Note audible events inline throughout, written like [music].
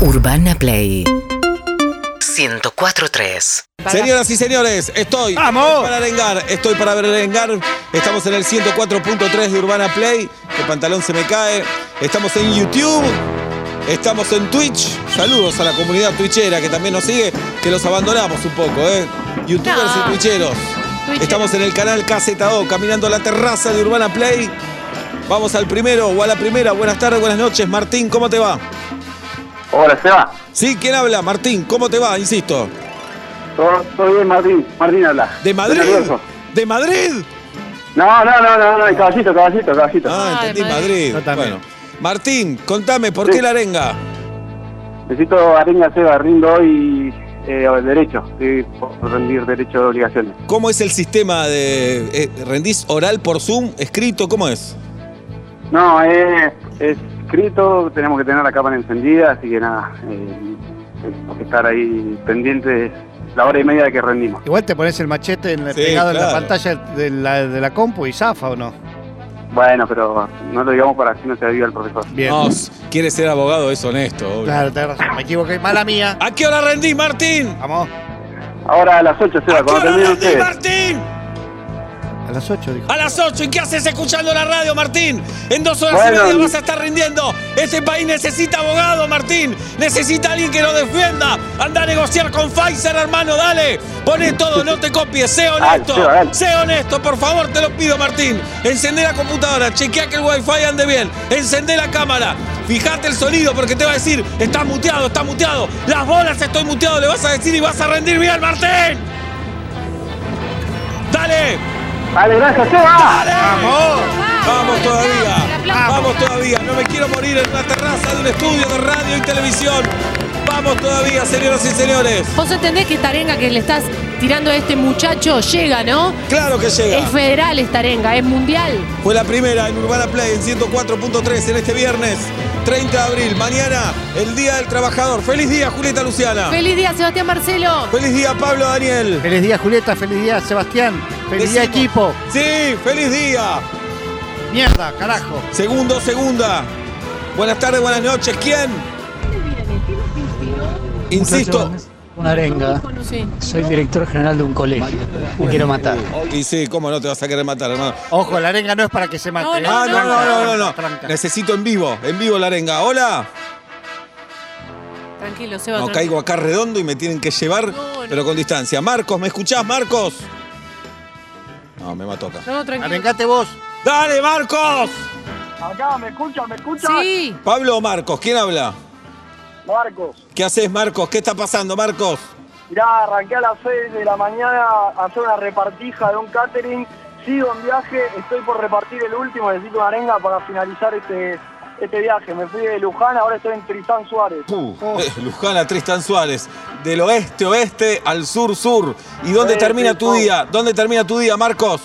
Urbana Play 104.3 Señoras y señores, estoy ¡Vamos! para arengar, estoy para arengar. Estamos en el 104.3 de Urbana Play. El pantalón se me cae. Estamos en YouTube. Estamos en Twitch. Saludos a la comunidad twitchera que también nos sigue, que los abandonamos un poco, ¿eh? Youtubers No. y twitcheros. Twitcheros. Estamos en el canal KZO, caminando la terraza de Urbana Play. Vamos al primero o a la primera. Buenas tardes, buenas noches. Martín, ¿cómo te va? Hola, Seba. Sí, ¿quién habla? Martín, ¿cómo te va? Insisto. Todo, todo bien, Martín. Martín habla. ¿De Madrid? Estoy nervioso. ¿De Madrid? No, no, no, no, no, caballito, caballito, caballito. Ah, Ah, de entendí, Madrid. Madrid. Yo también. Bueno, Martín, contame, ¿por Sí. qué la arenga? Necesito arenga, Seba, rindo hoy eh, derecho. Estoy por rendir derecho de obligaciones. ¿Cómo es el sistema de. eh, ¿Rendís oral por Zoom? ¿Escrito? ¿Cómo es? No, eh, es escrito, tenemos que tener la cámara encendida, así que nada, eh, tenemos que estar ahí pendientes la hora y media de que rendimos. Igual te pones el machete en la- Sí, pegado en la claro. pantalla de la, de la compu y zafa o no. Bueno, pero no lo digamos para que no se aviva el profesor. Bien. No, s- quiere ser abogado, es honesto. obvio. Claro, tenés razón. Me equivoqué. Mala mía. ¿A qué hora rendís, Martín? Vamos. Ahora a las 8, ¿A Seba, qué cuando hora terminen rendís, ustedes. Martín? A las 8 dijo. A las 8. ¿Y qué haces escuchando la radio, Martín? En dos horas Bueno, y media y- vas a estar rindiendo. Este país necesita abogado, Martín. Necesita alguien que lo defienda. Anda a negociar con Pfizer, hermano, dale. Pone todo, no te copies. Sé honesto. Seba, dale. sé honesto, por favor, te lo pido, Martín. Encendé la computadora, chequea que el wifi ande bien. Encendé la cámara. Fijate el sonido porque te va a decir, está muteado, está muteado. Las bolas estoy muteado, le vas a decir y vas a rendir bien, Martín. Dale. Vale, gracias, Seba. ¡Dale! Vamos todavía. Vamos todavía. No me quiero morir en una terraza de un estudio de radio y televisión. Vamos todavía, señoras y señores. Vos entendés que esta arenga que le estás tirando a este muchacho llega, ¿no? Claro que llega. Es federal esta arenga, es mundial. Fue la primera en Urbana Play en 104.3 en este viernes 30 de abril. Mañana, el Día del Trabajador. Feliz día, Julieta Luciana. Feliz día, Sebastián Marcelo. Feliz día, Pablo Daniel. Feliz día, Julieta. Feliz día, Sebastián. Feliz día, Decimos. equipo. Sí, feliz día. Mierda, carajo. Segundo, segunda. Buenas tardes, buenas noches. ¿Quién? Insisto. Una arenga. Sí. Soy director general de un colegio. Me quiero matar. Y sí, cómo no te vas a querer matar, hermano. Ojo, la arenga no es para que se mate. No, ¿eh? Ah, no, no, no, no, no. Tranca. Necesito en vivo, en vivo la arenga. Hola. Tranquilo, Seba. No, tranquilo. caigo acá redondo y me tienen que llevar, No, no. pero con distancia. Marcos, ¿me escuchás, Marcos? No, me mató acá. No, tranquilo. Arengate vos. ¡Dale, Marcos! Acá, ¿me escuchas? ¿Me escuchas? Sí. Pablo o Marcos, ¿quién habla? Marcos. ¿Qué haces, Marcos? ¿Qué está pasando, Marcos? Mirá, arranqué a las 6 de la mañana a hacer una repartija de un catering. Sigo en viaje, estoy por repartir el último, necesito una arenga para finalizar este, este viaje. Me fui de Luján, ahora estoy en Tristán Suárez. Puh, eh, Lujana Tristán Suárez, del oeste-oeste al sur-sur. ¿Y dónde Sí, termina sí, tu sí. día? ¿Dónde termina tu día, Marcos?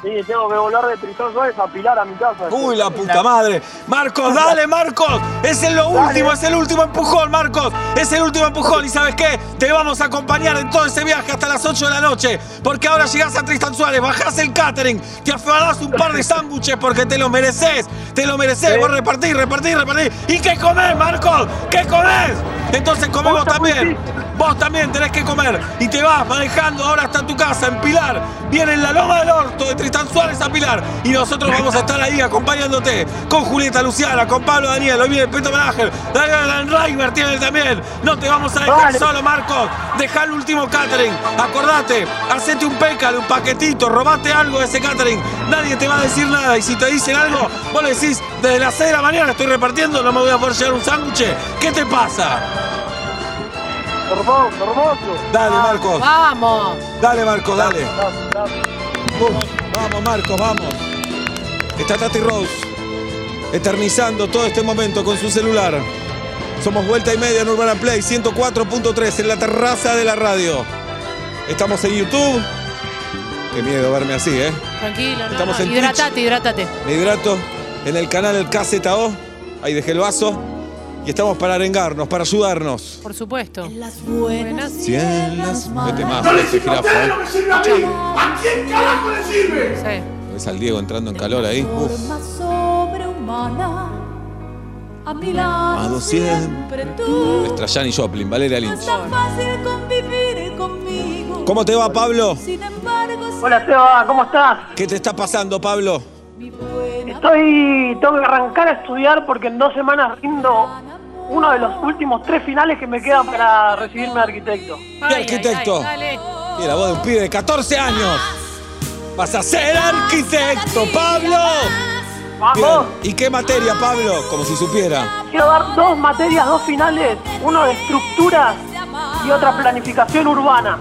Sí, tengo que volar de Tristán Suárez a Pilar, a mi casa. Uy, la puta madre. Marcos, dale, Marcos. Es el lo último, es el último empujón, Marcos. Es el último empujón. ¿Y sabes qué? Te vamos a acompañar en todo ese viaje hasta las 8 de la noche. Porque ahora llegás a Tristan Suárez, bajás el catering, te aferrás un par de sándwiches porque te lo mereces. Te lo mereces. Vos repartís, repartís, repartís. ¿Y qué comés, Marcos? ¿Qué comés? Entonces comemos también. Vos también tenés que comer. Y te vas manejando ahora hasta tu casa, en Pilar. Viene en la loma del orto de Tristán Suárez a Pilar. Y nosotros vamos a estar ahí acompañándote. Con Julieta Luciana, con Pablo Daniel. Hoy viene Peto Manager. Daniel Reimer tiene también. No te vamos a dejar Vale. solo, Marcos. Dejá el último catering. Acordate, hacete un pécalo, un paquetito. Robate algo de ese catering. Nadie te va a decir nada. Y si te dicen algo, vos le decís, desde las 6 de la mañana estoy repartiendo, no me voy a poder llevar un sándwich. ¿Qué te pasa? Hermoso, hermoso. Dale, Marcos. Vamos. Dale, Marcos, dale. Uf, vamos, Marcos, vamos. Está Tati Rose eternizando todo este momento con su celular. Somos vuelta y media en Urbana Play 104.3 en la terraza de la radio. Estamos en YouTube. Qué miedo verme así, ¿eh? Tranquilo, no, Estamos no. en Hidratate, hidratate. Me hidrato en el canal El KZO. Ahí dejé el vaso. Y estamos para arengarnos, para ayudarnos. Por supuesto. Buenas. Si en las Qué temazo, este jirafa, ¿eh? Sí. Ves al Diego entrando en calor ahí. Uf. A mi lado, Amado siempre tú. Nuestra Janis Joplin, Valeria No es Lynch. tan fácil convivir conmigo. ¿Cómo te va, Pablo? Sin embargo, Hola Seba, ¿cómo estás? ¿Qué te está pasando, Pablo? mi buena Estoy, tengo que arrancar a estudiar porque en dos semanas rindo uno de los últimos tres finales que me quedan para recibirme de arquitecto. Ay, arquitecto. Mira, vos de un pibe de 14 años. Vas a ser arquitecto, Pablo. ¡Vamos! Bien, ¿Y qué materia, Pablo? Como si supiera. Quiero dar dos materias, dos finales, uno de estructuras y otra planificación urbana.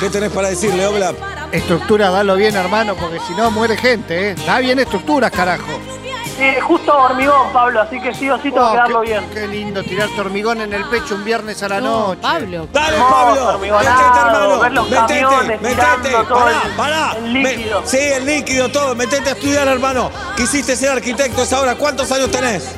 ¿Qué tenés para decirle, Oblap? Estructura, dalo bien, hermano, porque si no muere gente, ¿eh? Da bien estructuras, carajo. Eh, justo hormigón, Pablo, así que sí o sí tengo Oh, que darlo qué, bien. qué lindo tirarte hormigón en el pecho un viernes a la No, noche. Pablo. Dale, Hermoso, Pablo. Metete, hormigonado, ver hermano. los Metete, camiones metete. tirando todo Pará, el- pará. el líquido. sí, el líquido, todo. Metete a estudiar, hermano. Quisiste ser arquitecto, es ahora. ¿Cuántos años tenés?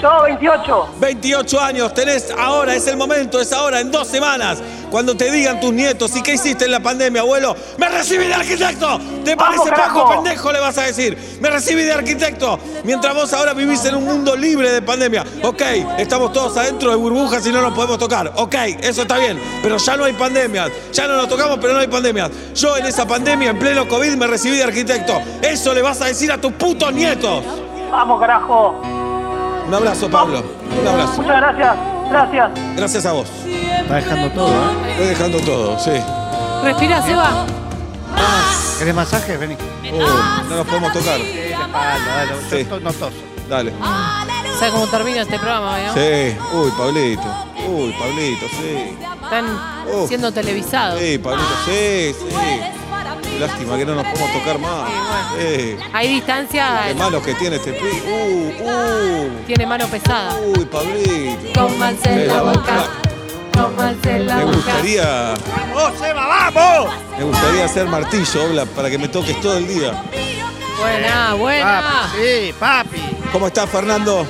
Yo, 28. 28 años tenés ahora, es el momento, es ahora, en dos semanas. Cuando te digan tus nietos, ¿y qué hiciste en la pandemia, abuelo? ¡Me recibí de arquitecto! ¿Te ¡Vamos, parece bajo, carajo! pendejo? Le vas a decir. ¡Me recibí de arquitecto! Mientras vos ahora vivís en un mundo libre de pandemia. Ok, estamos todos adentro de burbujas y no nos podemos tocar. Ok, eso está bien, pero ya no hay pandemia. Ya no nos tocamos, pero no hay pandemia. Yo en esa pandemia, en pleno COVID, me recibí de arquitecto. Eso le vas a decir a tus putos nietos. Vamos, carajo. Un abrazo, Pablo. Un abrazo. Muchas gracias. Gracias. Gracias a vos. Está dejando todo, ¿eh? Estoy dejando todo, sí. Respira, Seba. ¿Querés masajes? Vení. no nos podemos tocar. Dale, yo Sí. to- no toso. Dale. ¿Sabes cómo termina este programa, no? Sí. Uy, Pablito. Uy, Pablito, sí. Están Oh. siendo televisados. Sí, Pablito, sí, sí. para mí. Lástima que no nos podemos tocar más. Sí. Hay distancia, Qué malos que tiene este pi. Uh, tiene mano pesada. uh. Uy, Pablito. Tómanse Sí, la la boca. Tómanse la Me boca. gustaría. ¡Vamos, ¡Oh, Seba, vamos! Me gustaría hacer martillo, Obla, para que me toques todo el día. Buena, buena. Papi, Ah, sí, papi. ¿Cómo estás, Fernando?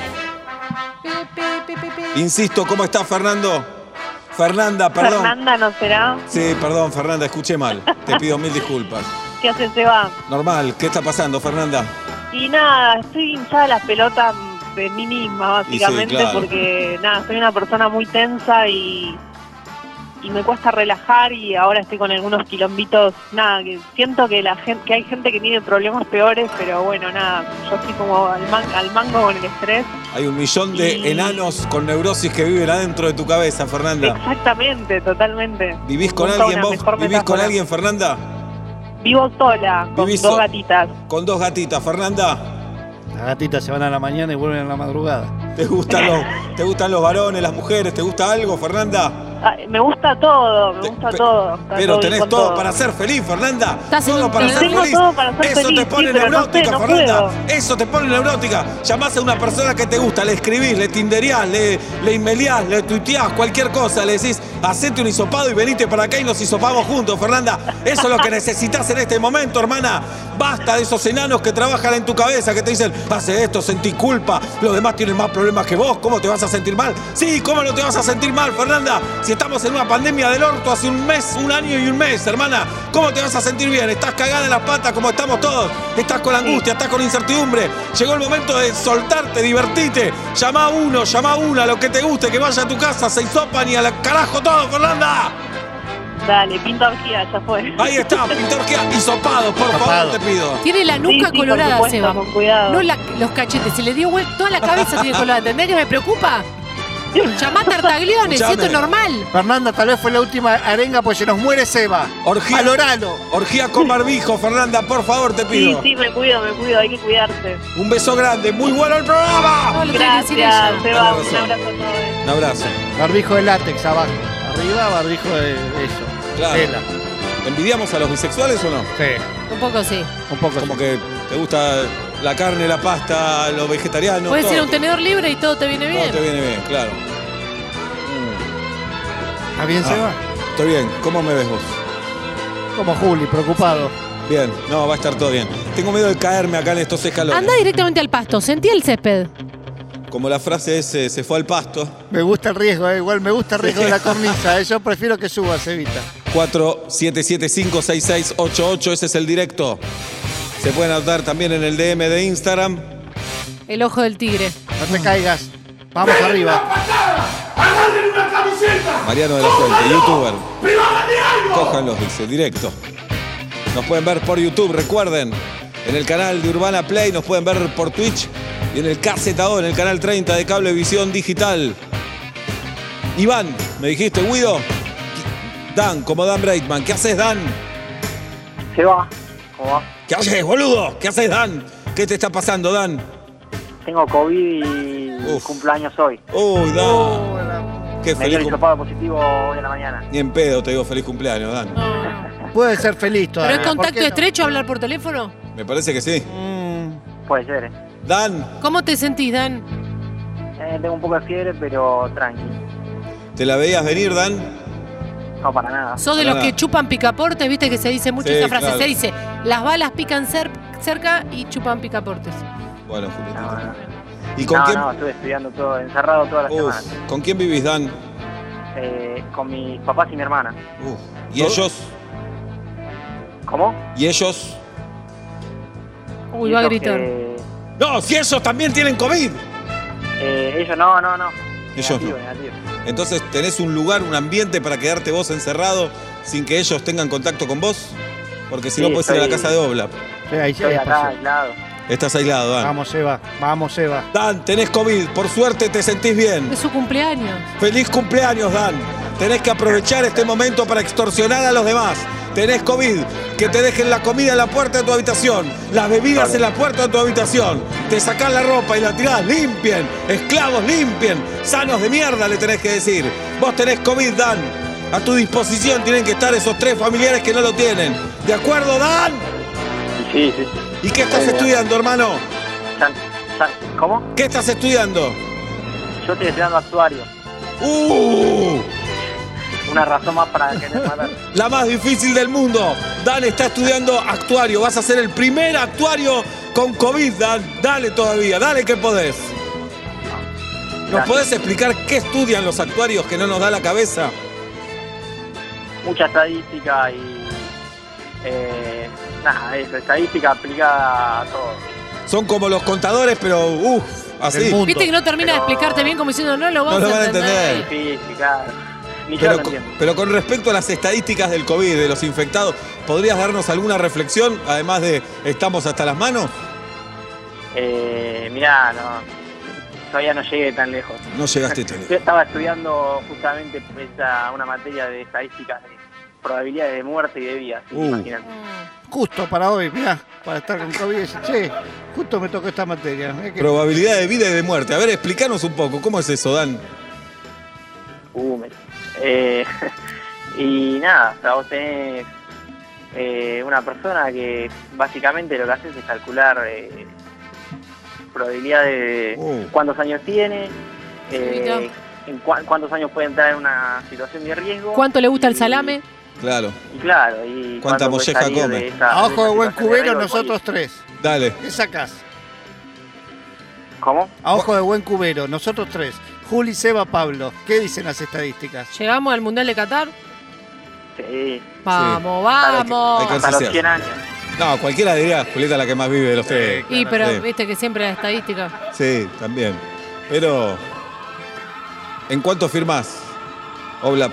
Insisto, ¿cómo estás, Fernando? Fernanda, perdón. Fernanda, ¿no será? Sí, perdón, Fernanda, escuché mal. Te pido mil disculpas. ¿Qué hace Seba? Normal, ¿qué está pasando, Fernanda? Y nada, estoy hinchada de las pelotas de mí misma, Y sí, básicamente, claro. porque nada, soy una persona muy tensa y, y me cuesta relajar y ahora estoy con algunos quilombitos, nada, que siento que la gente, que hay gente que tiene problemas peores, pero bueno, nada, yo estoy como al, man- al mango con el estrés. Hay un millón de Y- enanos con neurosis que viven adentro de tu cabeza, Fernanda. Exactamente, totalmente. ¿Vivís con Nunca alguien una vos? mejor ¿Vivís con metáfora. alguien, Fernanda? Vivo sola, con Vivís dos so- gatitas. Con dos gatitas, Fernanda. Las gatitas se van a la mañana y vuelven a la madrugada. ¿Te gustan [laughs] los, te gustan los varones, las mujeres? ¿Te gusta algo, Fernanda? Ah, me gusta todo, me Te- gusta pe- todo. está Pero todo bien tenés con todo, para ser feliz, Fernanda. Estás en todo un- para Y ser tengo feliz. todo para ser Eso feliz, te sí, pone pero no neurótica, sé, no Fernanda. puedo. Eso te pone neurótica. Llamás a una persona que te gusta, le escribís, le tinderías, le, le inmediás, le tuiteás, cualquier cosa. Le decís, hacete un hisopado y venite para acá y nos hisopamos juntos, Fernanda. Eso es lo que necesitas en este momento, hermana. Basta de esos enanos que trabajan en tu cabeza, que te dicen, hace esto, sentí culpa, los demás tienen más problemas que vos, ¿cómo te vas a sentir mal? Sí, ¿cómo no te vas a sentir mal, Fernanda? Si estamos en una pandemia del orto hace un mes, un año y un mes, hermana, ¿cómo te vas a sentir bien? Estás cagada en las patas como estamos todos, estás con angustia, estás con incertidumbre, llegó el momento de soltarte, divertite, llama a uno, llama a una, lo que te guste, que vaya a tu casa, se hisopan y al carajo todo, Fernanda. Dale, pinto orgía, ya fue. Ahí está, pintor que hisopado, por Hisopado. favor, te pido. Tiene la Sí, nuca sí, por colorada, supuesto, Seba. Con cuidado. No la- los cachetes, se le dio vuelta toda la cabeza tiene colorada. ¿Entendés que me preocupa? Llamá a Tartaglione, si Escuchame. esto es normal. Fernanda, tal vez fue la última arenga porque se nos muere Seba. Orgía. Valoralo. Orgía con barbijo, Fernanda, por favor, te Sí, pido. sí, me cuido, me cuido, hay que cuidarse. Un beso grande, muy bueno No, el programa. lo tiene que decir Gracias, ella. Seba, Tenés un razón. abrazo a todos. Un abrazo. Barbijo de látex abajo. Arriba, barbijo de de eso. Claro. Tela. ¿Envidiamos a los bisexuales o no? Sí, Un poco sí. un poco Como así. que te gusta la carne, la pasta, los vegetarianos. Puedes todo. ser un tenedor libre y todo te viene Todo bien. te viene bien, claro. ¿Está bien, Ah, Seba? Estoy bien, ¿cómo me ves vos? Como Juli, preocupado. Bien, no, va a estar todo bien. Tengo miedo de caerme acá en estos escalones. Anda directamente al pasto, sentí el césped. Como la frase es, eh, se fue al pasto. Me gusta el riesgo, eh, igual me gusta el riesgo de la cornisa. eh, Yo prefiero que suba, Sebita. 47756688, ese es el directo. Se pueden anotar también en el DM de Instagram. El ojo del tigre. Mm. No te caigas. Vamos arriba. Mariano de la Fuente, youtuber. Cójanlos, dice, directo. Nos pueden ver por YouTube, recuerden. En el canal de Urbana Play, nos pueden ver por Twitch y en el KZO, en el canal 30 de Cablevisión Digital. Iván, me dijiste, Guido. Dan, como Dan Breitman. ¿Qué haces, Dan? Se va. ¿Cómo va? ¿Qué haces, boludo? ¿Qué haces, Dan? ¿Qué te está pasando, Dan? Tengo COVID y Uf. cumpleaños hoy. Uy, Oh, Dan. Qué Me dio feliz el cum- hisopado positivo hoy en la mañana. Ni en pedo te digo feliz cumpleaños, Dan. Puede ser feliz ¿Pero todavía. es contacto ¿por qué no? estrecho hablar por teléfono? Me parece que sí. Mm. Puede ser, ¿eh? Dan, ¿Cómo te sentís, Dan? Eh, Tengo un poco de fiebre, pero tranqui. ¿te la veías venir, Dan? No, para nada. ¿Sos de los Pará. que chupan picaportes? Viste que se dice mucho Sí, esa frase. claro. Se dice, las balas pican cer- cerca y chupan picaportes. Bueno, Julieta. No, no. ¿Y con no, quién? no, estuve estudiando todo, encerrado toda la Uf, semana. ¿Con quién vivís, Dan? Eh, con mis papás y mi hermana. Uf, ¿Y ¿Todo? ellos? ¿Cómo? ¿Y ellos? Uy, va a Ellos gritar. que- No, si ellos también tienen COVID. eh, ellos no, no, no. Ellos Negativo, no. negativo. Entonces, ¿tenés un lugar, un ambiente para quedarte vos encerrado sin que ellos tengan contacto con vos? Porque si no, Sí, puedes ir a la estoy- casa de Obla. Sí, ahí sí Estoy hay acá, espacio. aislado. Estás aislado, Dan. Vamos, Eva. Vamos, Eva. Dan, tenés COVID. Por suerte te sentís bien. Es su cumpleaños. Feliz cumpleaños, Dan. Tenés que aprovechar este momento para extorsionar a los demás. Tenés COVID. Que te dejen la comida en la puerta de tu habitación, las bebidas en la puerta de tu habitación. Te sacás la ropa y la tirás. Limpien. Esclavos, limpien. Sanos de mierda, le tenés que decir. Vos tenés COVID, Dan. A tu disposición tienen que estar esos tres familiares que no lo tienen. ¿De acuerdo, Dan? Sí, sí. ¿Y qué estás Muy bien. estudiando, hermano? San- san- ¿Cómo? ¿Qué estás estudiando? Yo estoy estudiando actuario. ¡Uh! Una razón más para que me maten. la más difícil del mundo. Dan está estudiando actuario. Vas a ser el primer actuario con COVID, Dan. Dale todavía, dale que podés. ¿Nos Gracias. podés explicar qué estudian los actuarios que no nos da la cabeza? Mucha estadística y. Eh, nada, eso, estadística aplicada a todo. Son como los contadores, pero uff, así. El mundo. Viste que no termina de Pero- explicarte bien como diciendo, no lo No vas lo van a a entender. entender. Sí, sí, claro. Ni yo Pero lo con, entiendo. pero con respecto a las estadísticas del COVID, de los infectados, ¿podrías darnos alguna reflexión, además de estamos hasta las manos? Eh, mirá, no. Todavía no llegué tan lejos. No llegaste tan Yo estaba estudiando justamente esa, una materia de estadística de probabilidades de muerte y de vida. Uh. imagínate. Justo para hoy, mirá. Para estar con COVID. dice, Che, justo me tocó esta materia. Mirá que- Probabilidad de vida y de muerte. A ver, explícanos un poco, ¿cómo es eso, Dan? Uh, me- eh, [laughs] y nada, o sea, vos tenés eh, una persona que básicamente lo que haces es calcular eh, probabilidad de Uh. cuántos años tiene, eh, Mira. en cua- cuántos años puede entrar en una situación de riesgo. ¿Cuánto le gusta el y- salame? Claro, Y claro, y ¿Cuánta cuándo puede molleja salir come? esa- A esa ojo de buen situación cubero, riesgo. nosotros tres. dale. ¿Qué sacás? ¿Cómo? A ojo de buen cubero, nosotros tres. Juli, Seba, Pablo. ¿Qué dicen las estadísticas? ¿Llegamos al Mundial de Qatar? Sí, Vamos, Claro que- vamos. hay que- hasta ansiar. los 100 años. No, cualquiera diría Julieta la que más vive de los tres. Y pero Sí. viste que siempre la estadística. Sí, también. Pero, ¿en cuánto firmás? Oblap.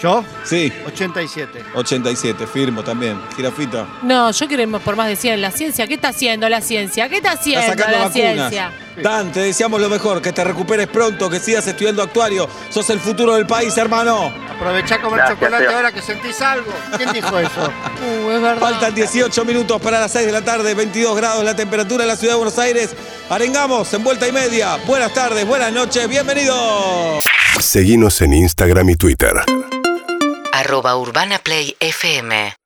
¿Yo? Sí, 87. 87, firmo también. Girafita. No, yo quiero ir por más de 100. La ciencia, ¿qué está haciendo la ciencia? ¿Qué está haciendo Está sacando la vacunas. ciencia? Dan, te deseamos lo mejor, que te recuperes pronto, que sigas estudiando actuario. Sos el futuro del país, hermano. Aprovechá a comer Gracias, chocolate Seba. ahora que sentís algo. ¿Quién dijo eso? Uh, es verdad. Faltan 18 minutos para las 6 de la tarde, 22 grados la temperatura en la ciudad de Buenos Aires. Arengamos en vuelta y media. Buenas tardes, buenas noches, bienvenidos. Seguinos en Instagram y Twitter. arroba urbanaplayfm